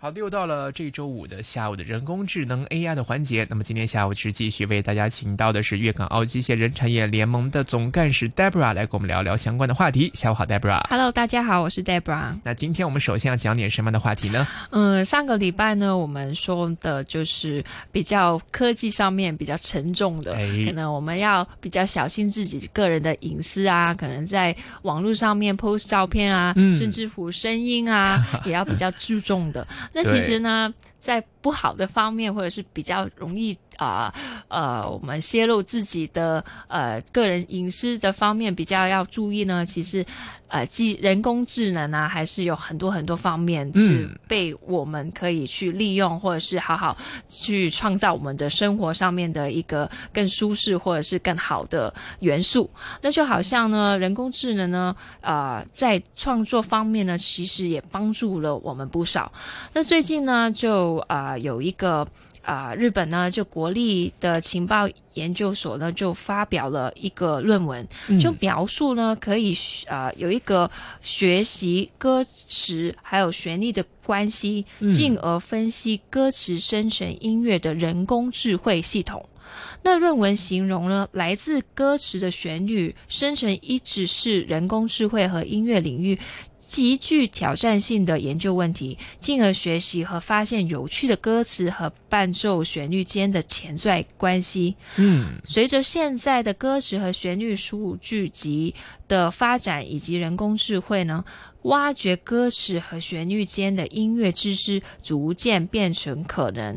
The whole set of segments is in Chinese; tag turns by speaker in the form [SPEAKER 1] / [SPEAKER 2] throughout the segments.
[SPEAKER 1] 好的，又到了这周五的下午的人工智能 AI 的环节。那么今天下午是继续为大家请到的是粤港澳机械人产业联盟的总干事 Debra 来跟我们聊聊相关的话题。下午好，Debra。
[SPEAKER 2] Hello，大家好，我是 Debra。
[SPEAKER 1] 那今天我们首先要讲点什么样的话题呢？
[SPEAKER 2] 嗯，上个礼拜呢，我们说的就是比较科技上面比较沉重的，
[SPEAKER 1] 哎
[SPEAKER 2] 可能我们要比较小心自己个人的隐私啊，可能在网络上面 post 照片啊，
[SPEAKER 1] 嗯
[SPEAKER 2] 甚至乎声 音啊，也要比较注重的。那其实呢，在不好的方面，或者是比较容易啊呃我们泄露自己的呃个人隐私的方面比较要注意呢，其实呃，既人工智能啊，还是有很多很多方面是
[SPEAKER 1] 嗯
[SPEAKER 2] 被我们可以去利用，或者是好好去创造我们的生活上面的一个更舒适或者是更好的元素。那就好像呢，人工智能呢，呃，在创作方面呢，其实也帮助了我们不少。那最近呢，就呃有一个啊、呃日本呢，就国立的情报研究所呢，就发表了一个论文，
[SPEAKER 1] 嗯
[SPEAKER 2] 就描述呢，可以学呃有一个学习歌词还有旋律的关系，进而分析歌词生成音乐的人工智慧系统。那论文形容呢，来自歌词的旋律生成一直是人工智慧和音乐领域极具挑战性的研究问题，进而学习和发现有趣的歌词和伴奏旋律间的潜在关系。
[SPEAKER 1] 嗯，
[SPEAKER 2] 随着现在的歌词和旋律数据集的发展以及人工智慧呢，挖掘歌词和旋律间的音乐知识逐渐变成可能。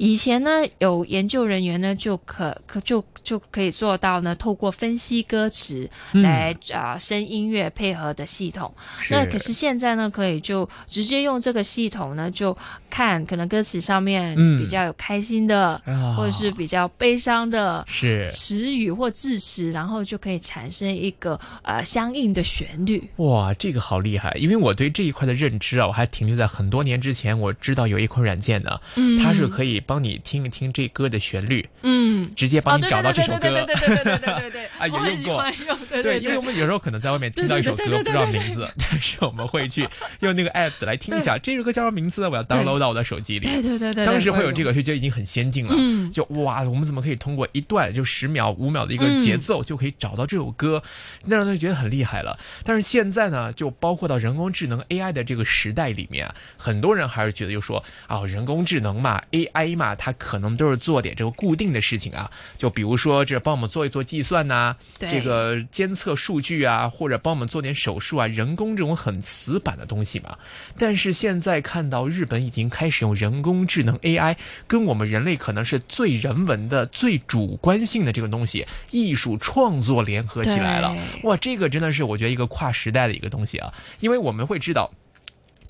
[SPEAKER 2] 以前呢，有研究人员呢就可可就就可以做到呢，透过分析歌词
[SPEAKER 1] 嗯
[SPEAKER 2] 来啊、呃生音乐配合的系统。那可是现在呢，可以就直接用这个系统呢，就看可能歌词上面
[SPEAKER 1] 嗯
[SPEAKER 2] 比较有开心的，
[SPEAKER 1] 啊
[SPEAKER 2] 或者是比较悲伤的
[SPEAKER 1] 是
[SPEAKER 2] 词语或字词，然后就可以产生一个呃相应的旋律。
[SPEAKER 1] 哇，这个好厉害！因为我对这一块的认知啊，我还停留在很多年之前。我知道有一款软件呢，
[SPEAKER 2] 嗯
[SPEAKER 1] 它是可以帮你听一听这歌的旋律，
[SPEAKER 2] 嗯，
[SPEAKER 1] 直接帮你找到这首歌。
[SPEAKER 2] 哦对对对对对对对对对对
[SPEAKER 1] 啊也
[SPEAKER 2] 我很喜
[SPEAKER 1] 用过
[SPEAKER 2] 欢用，对
[SPEAKER 1] 对，
[SPEAKER 2] 对
[SPEAKER 1] 因为我们有时候可能在外面听到一首歌
[SPEAKER 2] 对对对对
[SPEAKER 1] 不知道名字， 但是我们会去用那个 apps 来听一下这首歌叫什么名字呢？我要 download 到我的手机里。
[SPEAKER 2] 对对对对，
[SPEAKER 1] 当时会有
[SPEAKER 2] 我
[SPEAKER 1] 这
[SPEAKER 2] 个，
[SPEAKER 1] 个，就就已经很先进了。
[SPEAKER 2] 嗯
[SPEAKER 1] 就哇，我们怎么可以通过一段就十秒、五秒的一个
[SPEAKER 2] 嗯
[SPEAKER 1] 节奏，就可以找到这首歌，那让他觉得很厉害了。但是现在呢，就包括到人工智能 AI 的这个时代里面啊，很多人还是觉得就说啊、人工智能嘛，AI 嘛，它可能都是做点这个固定的事情啊，就比如说这帮我们做一做计算呐、
[SPEAKER 2] 对
[SPEAKER 1] 这个监测数据啊，或者帮我们做点手术啊，人工这种很死板的东西嘛。但是现在看到日本已经开始用人工智能 AI，跟我们人类可能是最人文的、最主观性的这个东西，艺术创作联合起来了。
[SPEAKER 2] 对
[SPEAKER 1] 哇，这个真的是我觉得一个跨时代的一个东西啊，因为我们会知道。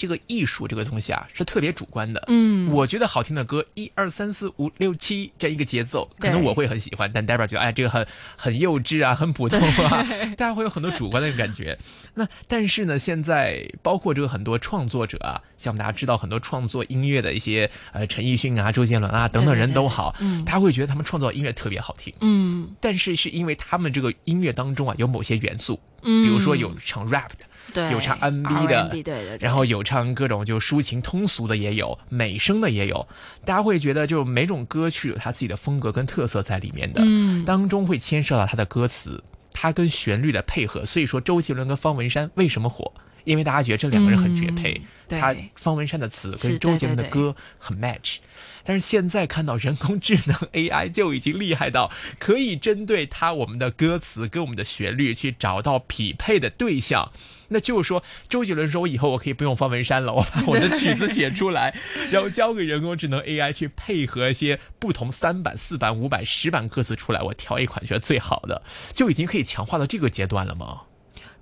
[SPEAKER 1] 这个艺术这个东西啊，是特别主观的。
[SPEAKER 2] 嗯
[SPEAKER 1] 我觉得好听的歌，一二三四五六七这样一个节奏，可
[SPEAKER 2] 对
[SPEAKER 1] 能我会很喜欢，但 Debra 觉得哎，这个很很幼稚啊， 很普通啊，大家会有很多主观的感觉。 那但是呢，现在包括这个很多创作者啊，像我们大家知道很多创作音乐的一些呃陈奕迅啊、周杰伦啊等等
[SPEAKER 2] 对对
[SPEAKER 1] 人都
[SPEAKER 2] 对
[SPEAKER 1] 好，
[SPEAKER 2] 嗯
[SPEAKER 1] 他会觉得他们创造音乐特别好听，
[SPEAKER 2] 嗯
[SPEAKER 1] 但是是因为他们这个音乐当中啊有某些元素，
[SPEAKER 2] 嗯，
[SPEAKER 1] 比如说有唱 rap 的。
[SPEAKER 2] 对
[SPEAKER 1] 有唱 R&B 的
[SPEAKER 2] R&B 对对，对
[SPEAKER 1] 然后有唱各种就抒情通俗的也有，美声的也有，大家会觉得就每种歌曲有它自己的风格跟特色在里面的，
[SPEAKER 2] 嗯
[SPEAKER 1] 当中会牵涉到它的歌词，它跟旋律的配合。所以说，周杰伦跟方文山为什么火？因为大家觉得这两个人很绝配，
[SPEAKER 2] 对
[SPEAKER 1] 他方文山的词跟
[SPEAKER 2] 是
[SPEAKER 1] 周杰伦的
[SPEAKER 2] 对对
[SPEAKER 1] 歌很 match。但是现在看到人工智能 AI 就已经厉害到可以针对它我们的歌词跟我们的旋律去找到匹配的对象。那就是说，周杰伦说：“我以后我可以不用方文山了，我把我的曲子写出来， 然后交给人工智能 AI 去配合一些不同三版、四版、五版、十版歌词出来，我挑一款觉得最好的，就已经可以强化到这个阶段了吗？啊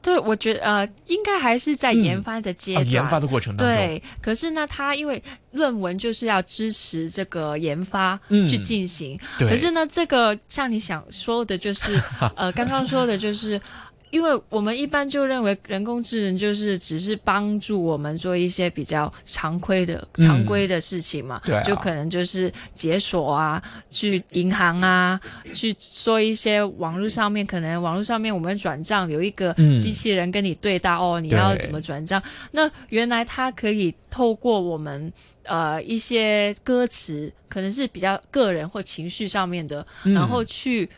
[SPEAKER 2] 对，我觉得呃，应该还是在
[SPEAKER 1] 嗯
[SPEAKER 2] 研发的
[SPEAKER 1] 啊，
[SPEAKER 2] 阶段，
[SPEAKER 1] 研发的过程当中，
[SPEAKER 2] 对，可是呢，它因为论文就是要支持这个研发
[SPEAKER 1] 嗯
[SPEAKER 2] 去进行，
[SPEAKER 1] 对
[SPEAKER 2] 可是呢，这个像你想说的，就是呃，刚刚说的就是。因为我们一般就认为人工智能就是只是帮助我们做一些比较常规的、
[SPEAKER 1] 嗯
[SPEAKER 2] 常规的事情嘛，
[SPEAKER 1] 对啊
[SPEAKER 2] 就可能就是解锁啊，去银行啊，去做一些网络上面可能网络上面我们转账有一个
[SPEAKER 1] 嗯
[SPEAKER 2] 机器人跟你对到、哦，你要怎么转账？那原来它可以透过我们呃一些歌词，可能是比较个人或情绪上面的，
[SPEAKER 1] 嗯
[SPEAKER 2] 然后去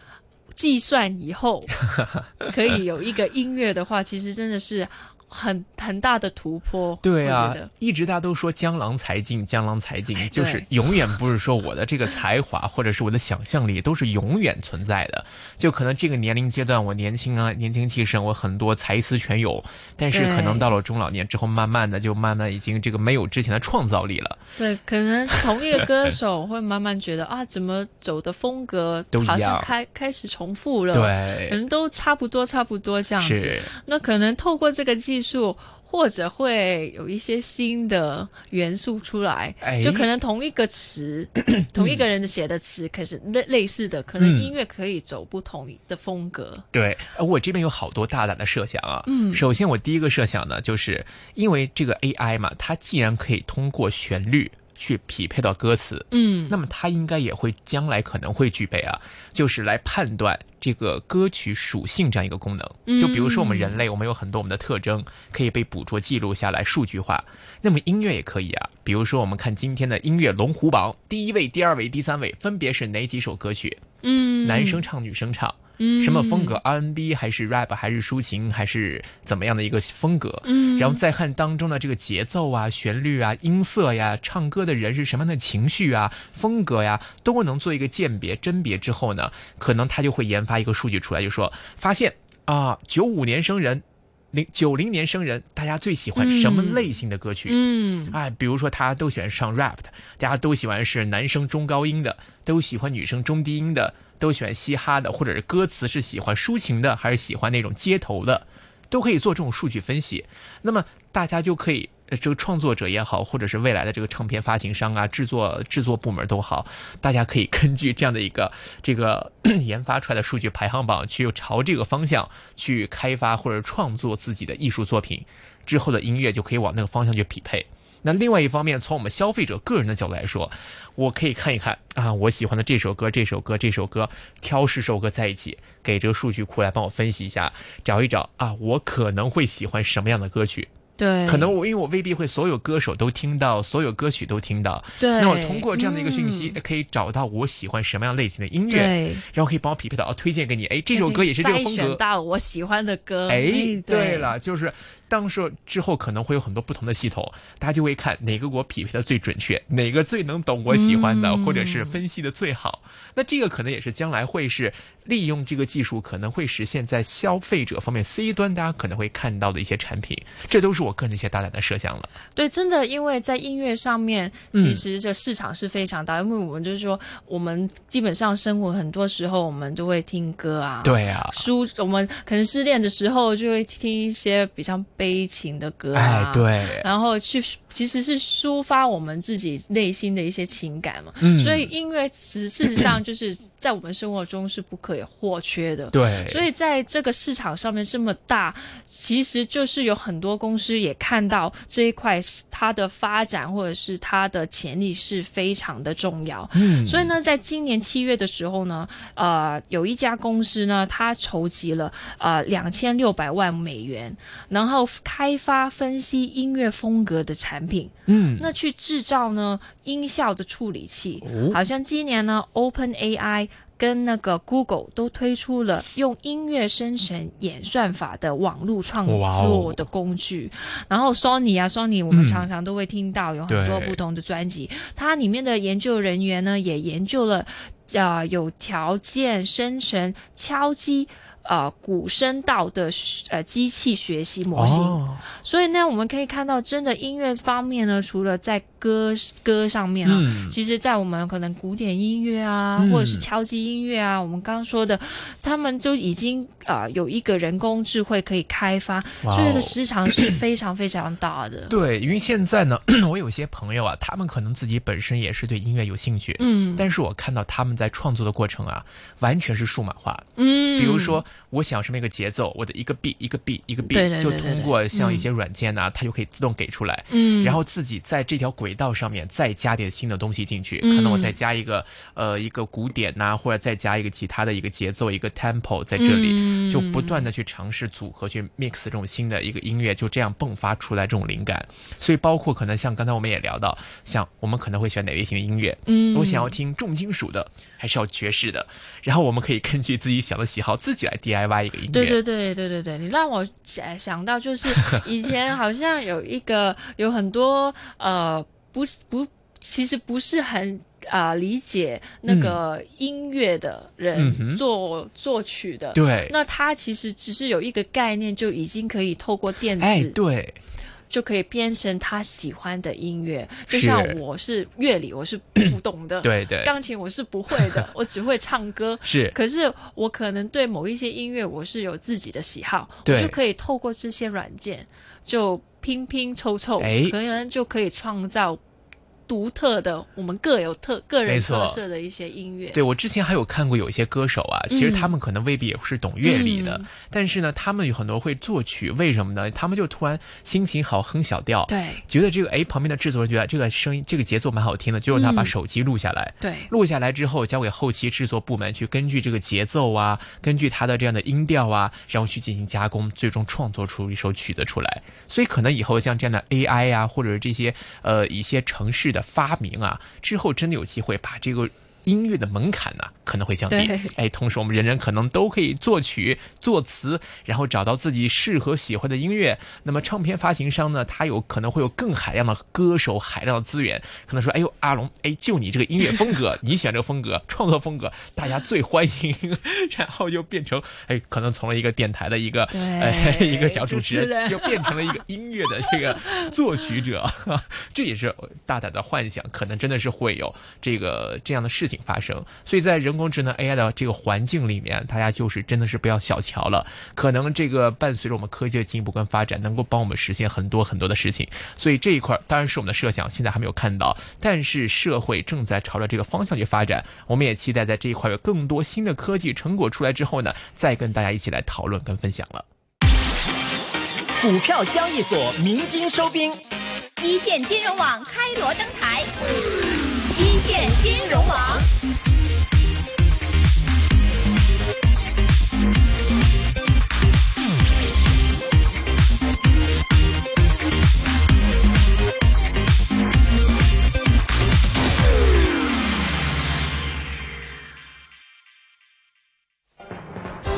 [SPEAKER 2] 计算 以后可以有一个音乐的话，其实真的是很很大的突破。
[SPEAKER 1] 对
[SPEAKER 2] 我
[SPEAKER 1] 啊
[SPEAKER 2] 觉得，哎
[SPEAKER 1] 一直大家都说江郎才尽，江郎才尽，就是
[SPEAKER 2] 对
[SPEAKER 1] 永远不是说我的这个才华 或者是我的想象力都是永远存在的。就可能这个年龄阶段，我年轻啊，年轻气盛，我很多才思全有，但是
[SPEAKER 2] 对
[SPEAKER 1] 可能到了中老年之后，慢慢的就慢慢已经这个没有之前的创造力了。
[SPEAKER 2] 对，可能同一个歌手会慢慢觉得 啊，怎么走的风格
[SPEAKER 1] 都一样
[SPEAKER 2] 好像开开始重复了，，可
[SPEAKER 1] 对，
[SPEAKER 2] 能都差不多差不多这样子。
[SPEAKER 1] 是，
[SPEAKER 2] 那可能透过这个技术，或者会有一些新的元素出来，
[SPEAKER 1] 哎
[SPEAKER 2] 就可能同一 个词，同一个人写的词，可是类类似的，可
[SPEAKER 1] 嗯
[SPEAKER 2] 能音乐可以走不同的风格。
[SPEAKER 1] 对，呃我这边有好多大胆的设想啊。
[SPEAKER 2] 嗯
[SPEAKER 1] 首先我第一个设想呢，就是因为这个 AI 嘛，它既然可以通过旋律去匹配到歌词，
[SPEAKER 2] 嗯
[SPEAKER 1] 那么它应该也会将来可能会具备啊，就是来判断这个歌曲属性这样一个功能。
[SPEAKER 2] 嗯
[SPEAKER 1] 就比如说我们人类，我们有很多我们的特征可以被捕捉、记录下来、数据化。那么音乐也可以啊，比如说我们看今天的音乐龙虎榜，第一位、第二位、第三位分别是哪几首歌曲？
[SPEAKER 2] 嗯
[SPEAKER 1] 男生唱、女生唱。
[SPEAKER 2] 嗯
[SPEAKER 1] 什么风格，R&B 还是 rap 还是抒情还是怎么样的一个风格，
[SPEAKER 2] 嗯
[SPEAKER 1] 然后再看当中的这个节奏啊、旋律啊、音色呀、唱歌的人是什么样的情绪啊、风格呀，都能做一个鉴别、甄别之后呢，可能他就会研发一个数据出来，就说发现啊，九五年生人、零九零年生人，大家最喜欢什么
[SPEAKER 2] 嗯
[SPEAKER 1] 类型的歌曲？
[SPEAKER 2] 嗯
[SPEAKER 1] 哎，比如说大家都喜欢唱 rap 的，大家都喜欢是男生中高音的，都喜欢女生中低音的，都喜欢嘻哈的，或者是歌词是喜欢抒情的，还是喜欢那种街头的，都可以做这种数据分析。那么大家就可以。呃这个创作者也好，或者是未来的这个唱片发行商啊、制作 制作部门都好，大家可以根据这样的一个这个研发出来的数据排行榜，去朝这个方向去开发或者创作自己的艺术作品，之后的音乐就可以往那个方向去匹配。那另外一方面，从我们消费者个人的角度来说，我可以看一看啊，我喜欢的这首歌、这首歌、这首歌，挑十首歌在一起，给这个数据库来帮我分析一下，找一找啊，我可能会喜欢什么样的歌曲？
[SPEAKER 2] 对，
[SPEAKER 1] 可能我因为我未必会所有歌手都听到，所有歌曲都听到，
[SPEAKER 2] 对，
[SPEAKER 1] 那我通过这样的一个讯息，可以找到我喜欢什么样类型的音
[SPEAKER 2] 嗯
[SPEAKER 1] 乐，
[SPEAKER 2] 对
[SPEAKER 1] 然后可以帮我匹配到，哦，推荐给你，哎，这首歌也是这个风
[SPEAKER 2] 可以筛选
[SPEAKER 1] 格。
[SPEAKER 2] 到我喜欢的歌。
[SPEAKER 1] 哎，对，了，就是当时之后可能会有很多不同的系统，大家就会看哪个给我匹配的最准确，哪个最能懂我喜欢的，
[SPEAKER 2] 嗯
[SPEAKER 1] 或者是分析的最好。那这个可能也是将来会是利用这个技术，可能会实现在消费者方面 C 端大家可能会看到的一些产品。这都是我个人的一些大胆的设想了。
[SPEAKER 2] 对，真的，因为在音乐上面，
[SPEAKER 1] 嗯
[SPEAKER 2] 其实这市场是非常大，因为我们就是说，我们基本上生活很多时候我们都会听歌啊，，
[SPEAKER 1] 对啊，
[SPEAKER 2] 书我们可能失恋的时候就会听一些比较悲情的歌
[SPEAKER 1] 哎
[SPEAKER 2] 啊，，。
[SPEAKER 1] 对，
[SPEAKER 2] 然后去其实是抒发我们自己内心的一些情感嘛，
[SPEAKER 1] 嗯
[SPEAKER 2] 所以音乐其实事实上就是在我们生活中是不可以或缺的。
[SPEAKER 1] 对，
[SPEAKER 2] 嗯所以在这个市场上面这么大，其实就是有很多公司也看到这一块它的发展或者是它的潜力是非常的重要。
[SPEAKER 1] 嗯，
[SPEAKER 2] 所以呢，在今年七月的时候呢，呃，有一家公司呢，它筹集了呃两千六百万美元，然后开发分析音乐风格的产品，
[SPEAKER 1] 嗯，
[SPEAKER 2] 那去制造呢音效的处理器。
[SPEAKER 1] 哦
[SPEAKER 2] 好像今年呢，Open AI 跟那个 Google 都推出了用音乐生成演算法的网络创
[SPEAKER 1] 哇哦
[SPEAKER 2] 作的工具。然后 Sony 啊，Sony 我们
[SPEAKER 1] 嗯
[SPEAKER 2] 常常都会听到有很多
[SPEAKER 1] 对
[SPEAKER 2] 不同的专辑，它里面的研究人员呢也研究了，啊有条件生成敲击。呃，鼓声道的呃机器学习模型，
[SPEAKER 1] 哦
[SPEAKER 2] 所以呢，我们可以看到，真的音乐方面呢，除了在歌歌上面啊，
[SPEAKER 1] 嗯
[SPEAKER 2] 其实，在我们可能古典音乐啊，
[SPEAKER 1] 嗯
[SPEAKER 2] 或者是敲击音乐啊，我们刚刚说的，他们就已经呃有一个人工智慧可以开发，
[SPEAKER 1] 哇哦
[SPEAKER 2] 所以的市场是非常非常大的。
[SPEAKER 1] 对，因为现在呢， 我有些朋友啊，他们可能自己本身也是对音乐有兴趣，
[SPEAKER 2] 嗯
[SPEAKER 1] 但是我看到他们在创作的过程啊，完全是数码化。
[SPEAKER 2] 嗯，
[SPEAKER 1] 比如说，我想什么一个节奏，我的一个 beat 一个 beat 一个 beat，
[SPEAKER 2] 对对对
[SPEAKER 1] 就
[SPEAKER 2] 对
[SPEAKER 1] 通
[SPEAKER 2] 对
[SPEAKER 1] 过像一
[SPEAKER 2] 嗯
[SPEAKER 1] 些软件呐、它就可以自动给出来。
[SPEAKER 2] 嗯，
[SPEAKER 1] 然后自己在这条轨道上面再加点新的东西进去，
[SPEAKER 2] 嗯
[SPEAKER 1] 可能我再加一个呃一个鼓点呐、或者再加一个其他的一个节奏一个 tempo 在这里，
[SPEAKER 2] 嗯
[SPEAKER 1] 就不断的去尝试组合去 mix 这种新的一个音乐，就这样迸发出来这种灵感。所以包括可能像刚才我们也聊到，像我们可能会选哪类型的音乐，
[SPEAKER 2] 嗯
[SPEAKER 1] 我想要听重金属的，还是要爵士的，然后我们可以根据自己想的喜好自己来 DIY 一个音乐。
[SPEAKER 2] 对对对对对对，你让我想想到就是以前好像有一个有很多呃不是不其实不是很啊、呃理解那个音乐的
[SPEAKER 1] 嗯
[SPEAKER 2] 人
[SPEAKER 1] 哼
[SPEAKER 2] 作、作曲的。
[SPEAKER 1] 对
[SPEAKER 2] 那他其实只是有一个概念，就已经可以透过电
[SPEAKER 1] 哎
[SPEAKER 2] 子
[SPEAKER 1] 对，
[SPEAKER 2] 就可以编成他喜欢的音乐。就是像我是乐理，我是不懂的，
[SPEAKER 1] 对对
[SPEAKER 2] 钢琴我是不会的，我只会唱歌。
[SPEAKER 1] 是
[SPEAKER 2] 可是我可能对某一些音乐我是有自己的喜好，我
[SPEAKER 1] 对
[SPEAKER 2] 就可以透过这些软件就拼拼凑凑，
[SPEAKER 1] 哎
[SPEAKER 2] 可能就可以创造独特的我们各有特个
[SPEAKER 1] 没
[SPEAKER 2] 人
[SPEAKER 1] 错
[SPEAKER 2] 特色的一些音乐。
[SPEAKER 1] 对我之前还有看过有一些歌手啊，其实他们可能未必也是懂乐理的，
[SPEAKER 2] 嗯
[SPEAKER 1] 但是呢，他们有很多会作曲，为什么呢？他们就突然心情好哼小调，
[SPEAKER 2] 对
[SPEAKER 1] 觉得这个哎旁边的制作人觉得这个声音这个节奏蛮好听的，就让他把手机录下来。
[SPEAKER 2] 对
[SPEAKER 1] 录下来之后，交给后期制作部门去根据这个节奏啊，根据他的这样的音调啊，然后去进行加工，最终创作出一首曲子出来。所以可能以后像这样的 AI 啊，或者是这些呃一些城市的发明啊，之后真的有机会把这个。音乐的门槛呢、可能会降低
[SPEAKER 2] 对。
[SPEAKER 1] 哎，同时我们人人可能都可以作曲、作词，然后找到自己适合喜欢的音乐。那么唱片发行商呢，他有可能会有更海量的歌手、海量的资源，可能说，哎呦，阿龙，哎，就你这个音乐风格，你喜欢这个风格，创作风格，大家最欢迎。 然后又变成，哎，可能从了一个电台的一个，
[SPEAKER 2] 对
[SPEAKER 1] 哎，一个小主
[SPEAKER 2] 主
[SPEAKER 1] 持
[SPEAKER 2] 持人
[SPEAKER 1] 人，又变成了一个音乐的这个作曲者。这也是大胆的幻想，可能真的是会有这个这样的事情发生。所以在人工智能 AI 的这个环境里面，大家就是真的是不要小瞧了。可能这个伴随着我们科技的进步跟发展，能够帮我们实现很多很多的事情。所以这一块儿当然是我们的设想，现在还没有看到，但是社会正在朝着这个方向去发展。我们也期待在这一块有更多新的科技成果出来之后呢，再跟大家一起来讨论跟分享了。
[SPEAKER 3] 股票交易所鸣金收兵，
[SPEAKER 4] 一线金融网开锣登台，一线金融网。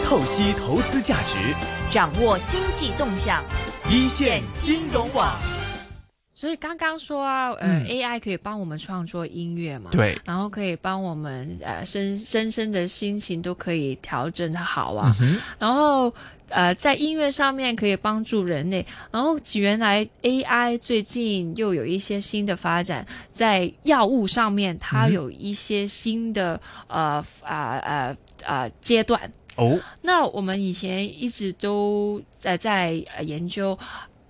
[SPEAKER 3] 透析投资价值，
[SPEAKER 5] 掌握经济动向。
[SPEAKER 3] 一线金融网。
[SPEAKER 2] 所以刚刚说啊，呃、
[SPEAKER 1] 嗯
[SPEAKER 2] a i 可以帮我们创作音乐嘛？
[SPEAKER 1] 对
[SPEAKER 2] 然后可以帮我们呃深深深的心情都可以调整好啊。然后呃，在音乐上面可以帮助人类。然后原来 AI 最近又有一些新的发展，在药物上面它
[SPEAKER 1] 嗯
[SPEAKER 2] 有一些新的、呃啊呃呃阶段。
[SPEAKER 1] 哦，
[SPEAKER 2] 那我们以前一直都在在呃研究。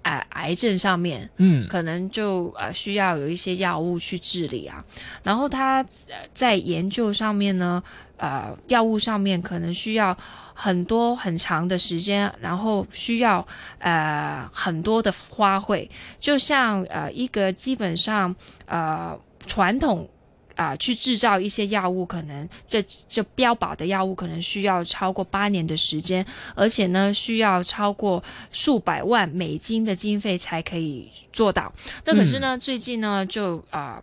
[SPEAKER 2] 呃，癌症上面，
[SPEAKER 1] 嗯，
[SPEAKER 2] 可能就呃需要有一些药物去治理啊。然后他呃在研究上面呢，呃，药物上面可能需要很多很长的时间，然后需要呃很多的花卉，就像呃一个基本上呃传统。啊、去制造一些药物，可能这这标靶的药物可能需要超过八年的时间，而且呢，需要超过数百万美金的经费才可以做到。那可是呢，最近呢，就啊。呃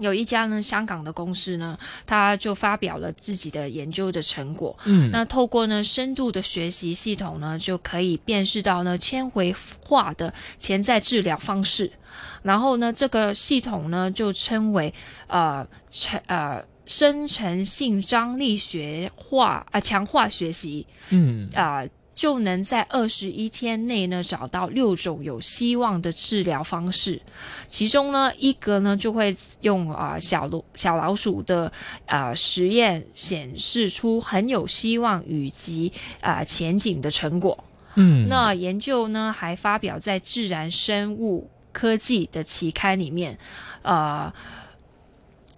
[SPEAKER 2] 有一家呢，香港的公司呢，它就发表了自己的研究的成果。
[SPEAKER 1] 嗯
[SPEAKER 2] 那透过呢深度的学习系统呢，就可以辨识到呢纤维化的潜在治疗方式。然后呢，这个系统呢就称为呃成呃呃生成性张力学化啊、强化学习。
[SPEAKER 1] 嗯
[SPEAKER 2] 啊、就能在二十一天内呢找到六种有希望的治疗方式。其中呢，一个呢就会用啊、呃小老小老鼠的啊实验显示出很有希望以及啊、呃前景的成果。
[SPEAKER 1] 嗯，
[SPEAKER 2] 那研究呢还发表在《自然生物科技》的期刊里面，呃。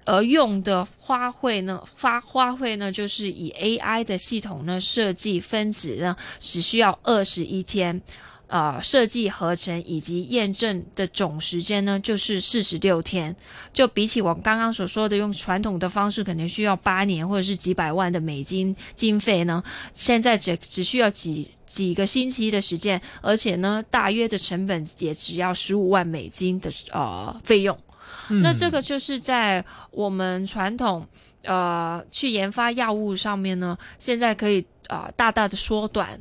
[SPEAKER 2] 而用的花卉呢，花花卉呢，就是以 AI 的系统呢设计分子呢，只需要二十一天，呃，设计合成以及验证的总时间呢，就是四十六天。就比起我刚刚所说的用传统的方式，可能需要八年或者是几百万的美金经费呢，现在只只需要几几个星期的时间，而且呢，大约的成本也只要十五万美金的呃费用。
[SPEAKER 1] 嗯
[SPEAKER 2] 那这个就是在我们传统呃去研发药物上面呢，现在可以啊、呃、大大的缩短，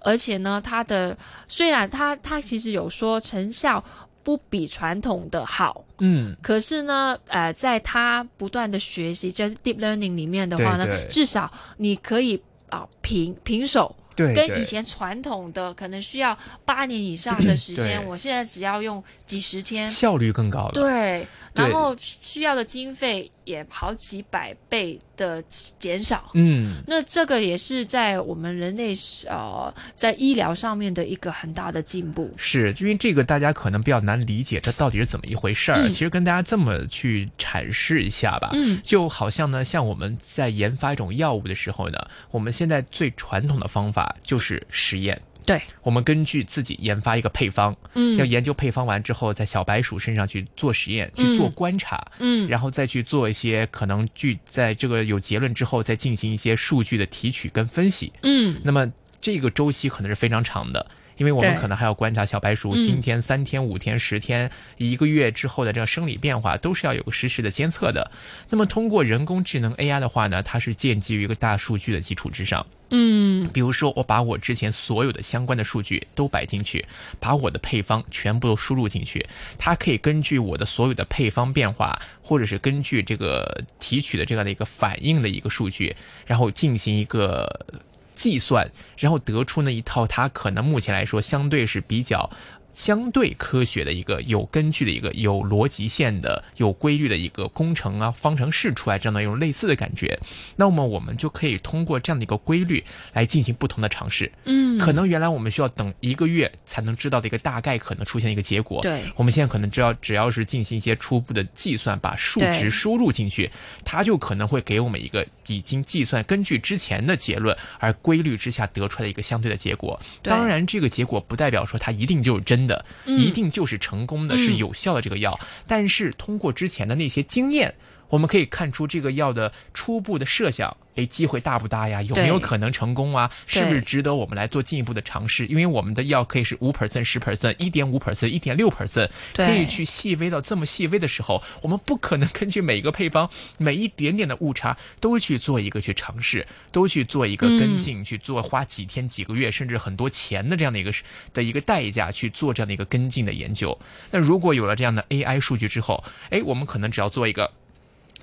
[SPEAKER 2] 而且呢，它的虽然它它其实有说成效不比传统的好，
[SPEAKER 1] 嗯，
[SPEAKER 2] 可是呢，呃，在它不断的学习，就是 deep learning 里面的话呢，
[SPEAKER 1] 对对
[SPEAKER 2] 至少你可以啊、平平手。
[SPEAKER 1] 对，
[SPEAKER 2] 跟
[SPEAKER 1] 哎对
[SPEAKER 2] 以前传统的可能需要八年以上的时间，
[SPEAKER 1] 对
[SPEAKER 2] 我现在只要用几十天，
[SPEAKER 1] 效率更高了。
[SPEAKER 2] 对，
[SPEAKER 1] 对
[SPEAKER 2] 然后需要的经费也好几百倍的减少。
[SPEAKER 1] 嗯，
[SPEAKER 2] 那这个也是在我们人类呃在医疗上面的一个很大的进步。
[SPEAKER 1] 是，因为这个大家可能比较难理解，这到底是怎么一回事儿。
[SPEAKER 2] 嗯
[SPEAKER 1] 其实跟大家这么去阐释一下吧，
[SPEAKER 2] 嗯
[SPEAKER 1] 就好像呢，像我们在研发一种药物的时候呢，我们现在最传统的方法就是实验。
[SPEAKER 2] 对，
[SPEAKER 1] 我们根据自己研发一个配方，
[SPEAKER 2] 嗯
[SPEAKER 1] 要研究配方完之后，在小白鼠身上去做实验，去做
[SPEAKER 2] 嗯
[SPEAKER 1] 观察，
[SPEAKER 2] 嗯
[SPEAKER 1] 然后再去做一些可能据在这个有结论之后，再进行一些数据的提取跟分析。
[SPEAKER 2] 嗯
[SPEAKER 1] 那么这个周期可能是非常长的，因为我们
[SPEAKER 2] 对
[SPEAKER 1] 可能还要观察小白鼠
[SPEAKER 2] 嗯
[SPEAKER 1] 今天三天、五天、十天、一个月之后的这个生理变化，都是要有个实时的监测的。那么通过人工智能 AI 的话呢，它是建基于一个大数据的基础之上。
[SPEAKER 2] 嗯
[SPEAKER 1] 比如说，我把我之前所有的相关的数据都摆进去，把我的配方全部都输入进去，它可以根据我的所有的配方变化，或者是根据这个提取的这样的一个反应的一个数据，然后进行一个计算，然后得出那一套它可能目前来说相对是比较。相对科学的一个有根据的一个有逻辑线的有规律的一个工程啊方程式出来这样的一种类似的感觉，那么我们就可以通过这样的一个规律来进行不同的尝试。
[SPEAKER 2] 嗯，
[SPEAKER 1] 可能原来我们需要等一个月才能知道的一个大概可能出现的一个结果，
[SPEAKER 2] 对
[SPEAKER 1] 我们现在可能只要只要是进行一些初步的计算，把数值
[SPEAKER 2] 对
[SPEAKER 1] 输入进去，它就可能会给我们一个已经计算根据之前的结论而规律之下得出来的一个相对的结果。
[SPEAKER 2] 对
[SPEAKER 1] 当然，这个结果不代表说它一定就是真的，
[SPEAKER 2] 嗯
[SPEAKER 1] 一定就是成功的，
[SPEAKER 2] 嗯
[SPEAKER 1] 是有效的这个药。但是通过之前的那些经验。我们可以看出这个药的初步的设想，哎，机会大不大呀？有没有
[SPEAKER 2] 对
[SPEAKER 1] 可能成功啊？是不是
[SPEAKER 2] 对
[SPEAKER 1] 值得我们来做进一步的尝试？因为我们的药可以是五 percent、十 percent、一点五 percent、一点六 percent，
[SPEAKER 2] 对
[SPEAKER 1] 可以去细微到这么细微的时候，我们不可能根据每一个配方、每一点点的误差都去做一个去尝试，都去做一个跟进，去做花几天、几个月，甚至很多钱的这样的一个的一个代价去做这样的一个跟进的研究。那如果有了这样的 AI 数据之后，哎，我们可能只要做一个。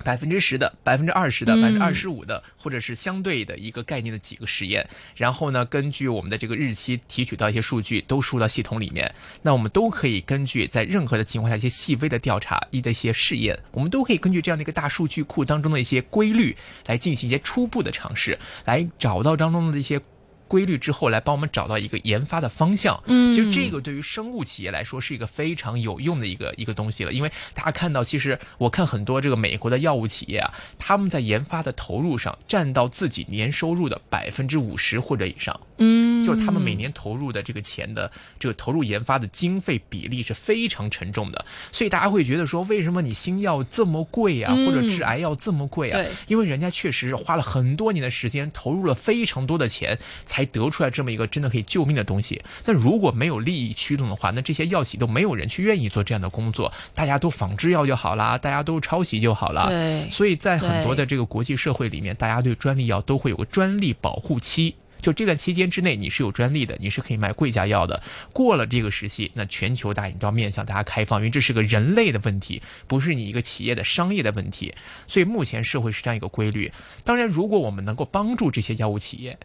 [SPEAKER 1] 百分之十的、百分之二十的、百分
[SPEAKER 2] 嗯
[SPEAKER 1] 之二十五的，或者是相对的一个概念的几个实验，然后呢，根据我们的这个日期提取到一些数据，都输入到系统里面。那我们都可以根据在任何的情况下一些细微的调查、一的一些试验，我们都可以根据这样的一个大数据库当中的一些规律来进行一些初步的尝试，来找到当中的一些。规律之后来帮我们找到一个研发的方向，
[SPEAKER 2] 嗯
[SPEAKER 1] 其实这个对于生物企业来说是一个非常有用的一个一个东西了，因为大家看到，其实我看很多这个美国的药物企业啊，他们在研发的投入上占到自己年收入的百分之五十或者以上，
[SPEAKER 2] 嗯，
[SPEAKER 1] 就是他们每年投入的这个钱的这个投入研发的经费比例是非常沉重的，所以大家会觉得说，为什么你新药这么贵呀、
[SPEAKER 2] 嗯
[SPEAKER 1] 或者治癌药这么贵啊
[SPEAKER 2] 对？
[SPEAKER 1] 因为人家确实是花了很多年的时间，投入了非常多的钱，才得出来这么一个真的可以救命的东西。那如果没有利益驱动的话，那这些药企都没有人去愿意做这样的工作，大家都仿制药就好啦，大家都抄袭就好啦。
[SPEAKER 2] 对
[SPEAKER 1] 所以在很多
[SPEAKER 2] 对
[SPEAKER 1] 的这个国际社会里面，大家对专利药都会有个专利保护期。就这段期间之内，你是有专利的，你是可以卖贵价药的。过了这个时期，那全球大家你都要面向大家开放，因为这是个人类的问题，不是你一个企业的商业的问题。所以目前社会是这样一个规律。当然，如果我们能够帮助这些药物企业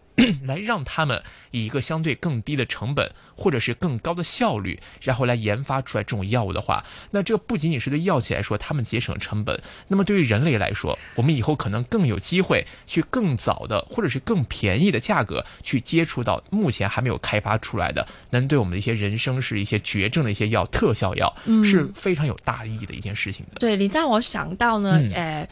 [SPEAKER 1] 来让他们以一个相对更低的成本或者是更高的效率，然后来研发出来这种药物的话，那这不仅仅是对药企来说他们节省了成本，那么对于人类来说，我们以后可能更有机会去更早的或者是更便宜的价格去接触到目前还没有开发出来的，能对我们的一些人生是一些绝症的一些药特效药，
[SPEAKER 2] 嗯
[SPEAKER 1] 是非常有大意义的一件事情的。
[SPEAKER 2] 对，你让我想到呢，
[SPEAKER 1] 嗯
[SPEAKER 2] 呃。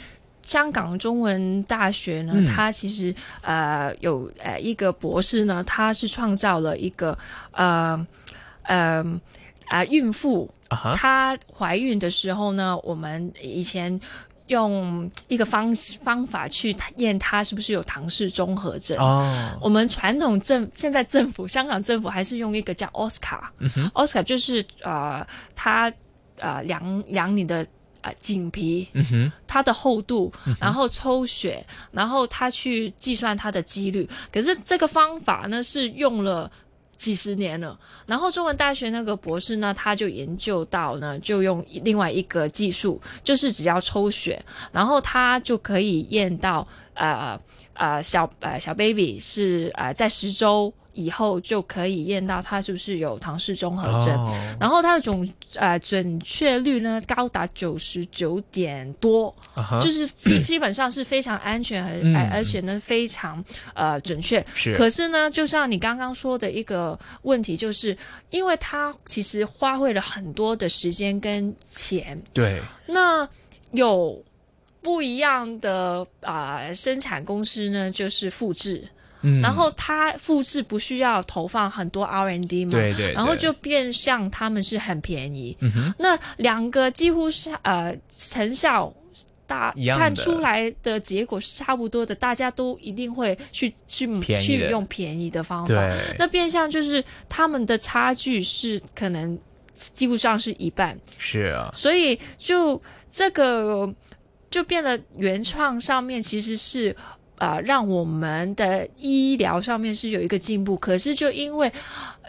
[SPEAKER 2] 香港中文大学呢，
[SPEAKER 1] 嗯
[SPEAKER 2] 它其实呃有呃一个博士呢，他是创造了一个呃呃啊、孕妇，
[SPEAKER 1] 啊哈，
[SPEAKER 2] 她怀孕的时候呢，我们以前用一个方方法去验她是不是有唐氏综合症。
[SPEAKER 1] 哦，
[SPEAKER 2] 我们传统政现在政府香港政府还是用一个叫 Oscar，Oscar、就是呃，它呃量量你的呃颈皮
[SPEAKER 1] 嗯哼，
[SPEAKER 2] 它的厚度，然后抽血，然后它去计算它的几率。可是这个方法呢是用了。几十年了，然后中文大学那个博士呢，他就研究到呢，就用另外一个技术，就是只要抽血，然后他就可以验到呃呃小呃小 baby 是呃在十周以后就可以验到他是不是有唐氏综合症。
[SPEAKER 1] 哦，
[SPEAKER 2] 然后它的总呃准确率呢高达九十九点多，
[SPEAKER 1] 啊哈
[SPEAKER 2] 就是 基基本上是非常安全和、
[SPEAKER 1] 嗯
[SPEAKER 2] 呃而且呢非常呃准确。
[SPEAKER 1] 啊是
[SPEAKER 2] 可是呢，就像你刚刚说的一个问题，就是因为它其实花费了很多的时间跟钱，
[SPEAKER 1] 对，
[SPEAKER 2] 那有不一样的啊、呃生产公司呢，就是复制，
[SPEAKER 1] 嗯，
[SPEAKER 2] 然后它复制不需要投放很多 R&D 嘛，
[SPEAKER 1] 对对，
[SPEAKER 2] 然后
[SPEAKER 1] 对
[SPEAKER 2] 就变相他们是很便宜。
[SPEAKER 1] 嗯哼，
[SPEAKER 2] 那两个几乎是呃成效大
[SPEAKER 1] 一样的
[SPEAKER 2] 看出来的结果是差不多的，大家都一定会去去
[SPEAKER 1] 便宜的
[SPEAKER 2] 去用便宜的方法。
[SPEAKER 1] 对，
[SPEAKER 2] 那变相就是他们的差距是可能几乎上是一半，
[SPEAKER 1] 是啊，
[SPEAKER 2] 所以就这个就变得原创上面其实是。啊、让我们的医疗上面是有一个进步，可是就因为，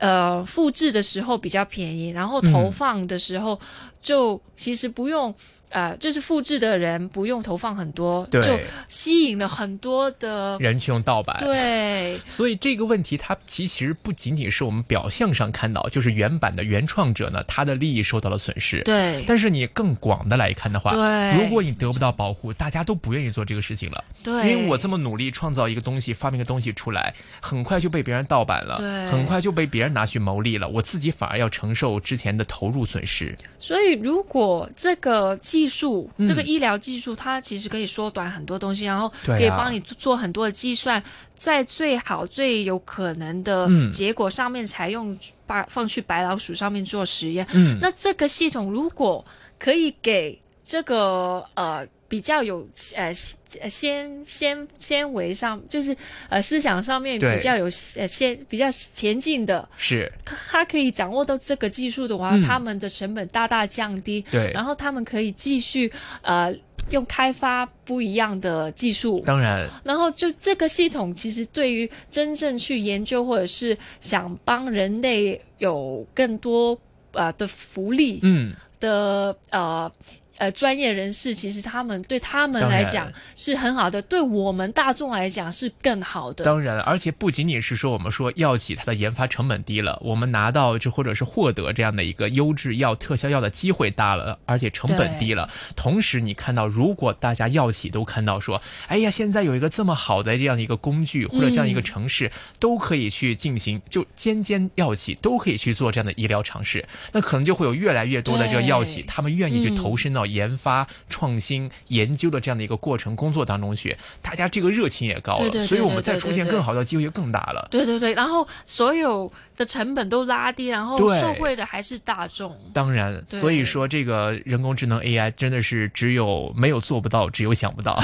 [SPEAKER 2] 呃，复制的时候比较便宜，然后投
[SPEAKER 1] 嗯
[SPEAKER 2] 放的时候就其实不用，呃，就是复制的人不用投放很多，
[SPEAKER 1] 对
[SPEAKER 2] 就吸引了很多的，
[SPEAKER 1] 人去用盗版，
[SPEAKER 2] 对，
[SPEAKER 1] 所以这个问题，它其实不仅仅是我们表象上看到，就是原版的原创者呢，他的利益受到了损失。
[SPEAKER 2] 对，
[SPEAKER 1] 但是你更广的来看的话，
[SPEAKER 2] 对
[SPEAKER 1] 如果你得不到保护，大家都不愿意做这个事情了。因
[SPEAKER 2] 对，
[SPEAKER 1] 为我这么努力创造一个东西，发明一个东西出来，很快就被别人盗版了，
[SPEAKER 2] 对
[SPEAKER 1] 很快就被别人拿去牟利了，我自己反而要承受之前的投入损失。
[SPEAKER 2] 所以，如果这个技术，
[SPEAKER 1] 嗯
[SPEAKER 2] 这个医疗技术，它其实可以缩短很多东西，然后
[SPEAKER 1] 对啊
[SPEAKER 2] 可以帮你做很多的计算，在最好、最有可能的
[SPEAKER 1] 嗯
[SPEAKER 2] 结果上面，才用把放去白老鼠上面做实验。
[SPEAKER 1] 嗯，
[SPEAKER 2] 那这个系统如果可以给这个呃比较有呃呃先先先维上，就是呃思想上面
[SPEAKER 1] 对
[SPEAKER 2] 比较有呃先比较前进的
[SPEAKER 1] 是
[SPEAKER 2] 他可以掌握到这个技术的话，
[SPEAKER 1] 嗯
[SPEAKER 2] 他们的成本大大降低，
[SPEAKER 1] 对
[SPEAKER 2] 然后他们可以继续呃用开发不一样的技术，
[SPEAKER 1] 当然，
[SPEAKER 2] 然后就这个系统其实对于真正去研究或者是想帮人类有更多呃的福利
[SPEAKER 1] 嗯，
[SPEAKER 2] 的、呃。呃，专业人士其实他们对他们
[SPEAKER 1] 当然
[SPEAKER 2] 来讲是很好的，对我们大众来讲是更好的。
[SPEAKER 1] 当然，而且不仅仅是说我们说药企它的研发成本低了，我们拿到这或者是获得这样的一个优质药、特效药的机会大了，而且成本低了。同时，你看到如果大家药企都看到说，哎呀，现在有一个这么好的这样一个工具或者这样一
[SPEAKER 2] 嗯
[SPEAKER 1] 个城市，都可以去进行，就间间药企都可以去做这样的医疗尝试，那可能就会有越来越多的这个药企
[SPEAKER 2] 对，
[SPEAKER 1] 他们愿意去
[SPEAKER 2] 嗯
[SPEAKER 1] 投身到研发、创新、研究的这样的一个过程工作当中去，大家这个热情也高了，
[SPEAKER 2] 对对对
[SPEAKER 1] 所以我们再
[SPEAKER 2] 对对
[SPEAKER 1] 出现
[SPEAKER 2] 对
[SPEAKER 1] 更好的机会就更大了。
[SPEAKER 2] 对对对，然后所有的成本都拉低，然后
[SPEAKER 1] 对
[SPEAKER 2] 受惠的还是大众。
[SPEAKER 1] 当然，
[SPEAKER 2] 对
[SPEAKER 1] 所以说这个人工智能 AI 真的是只有没有做不到，只有想不到。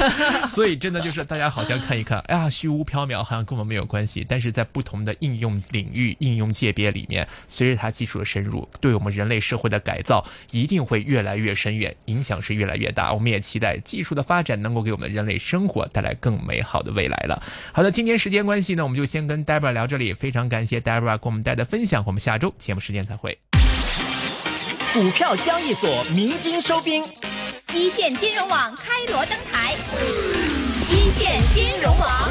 [SPEAKER 1] 所以真的就是大家好像看一看，哎呀，虚无缥缈，好像跟我们没有关系。但是在不同的应用领域、应用界别里面，随着它技术的深入，对我们人类社会的改造一定会越来越深远，影响是越来越大。我们也期待技术的发展能够给我们人类生活带来更美好的未来了。好的，今天时间关系呢，我们就先跟 Debra 聊这里，非常感谢 Debra 给我们带来的分享，我们下周节目时间再会。
[SPEAKER 3] 股票交易所鸣金收兵，
[SPEAKER 4] 一线金融网开锣登台，一线金融网。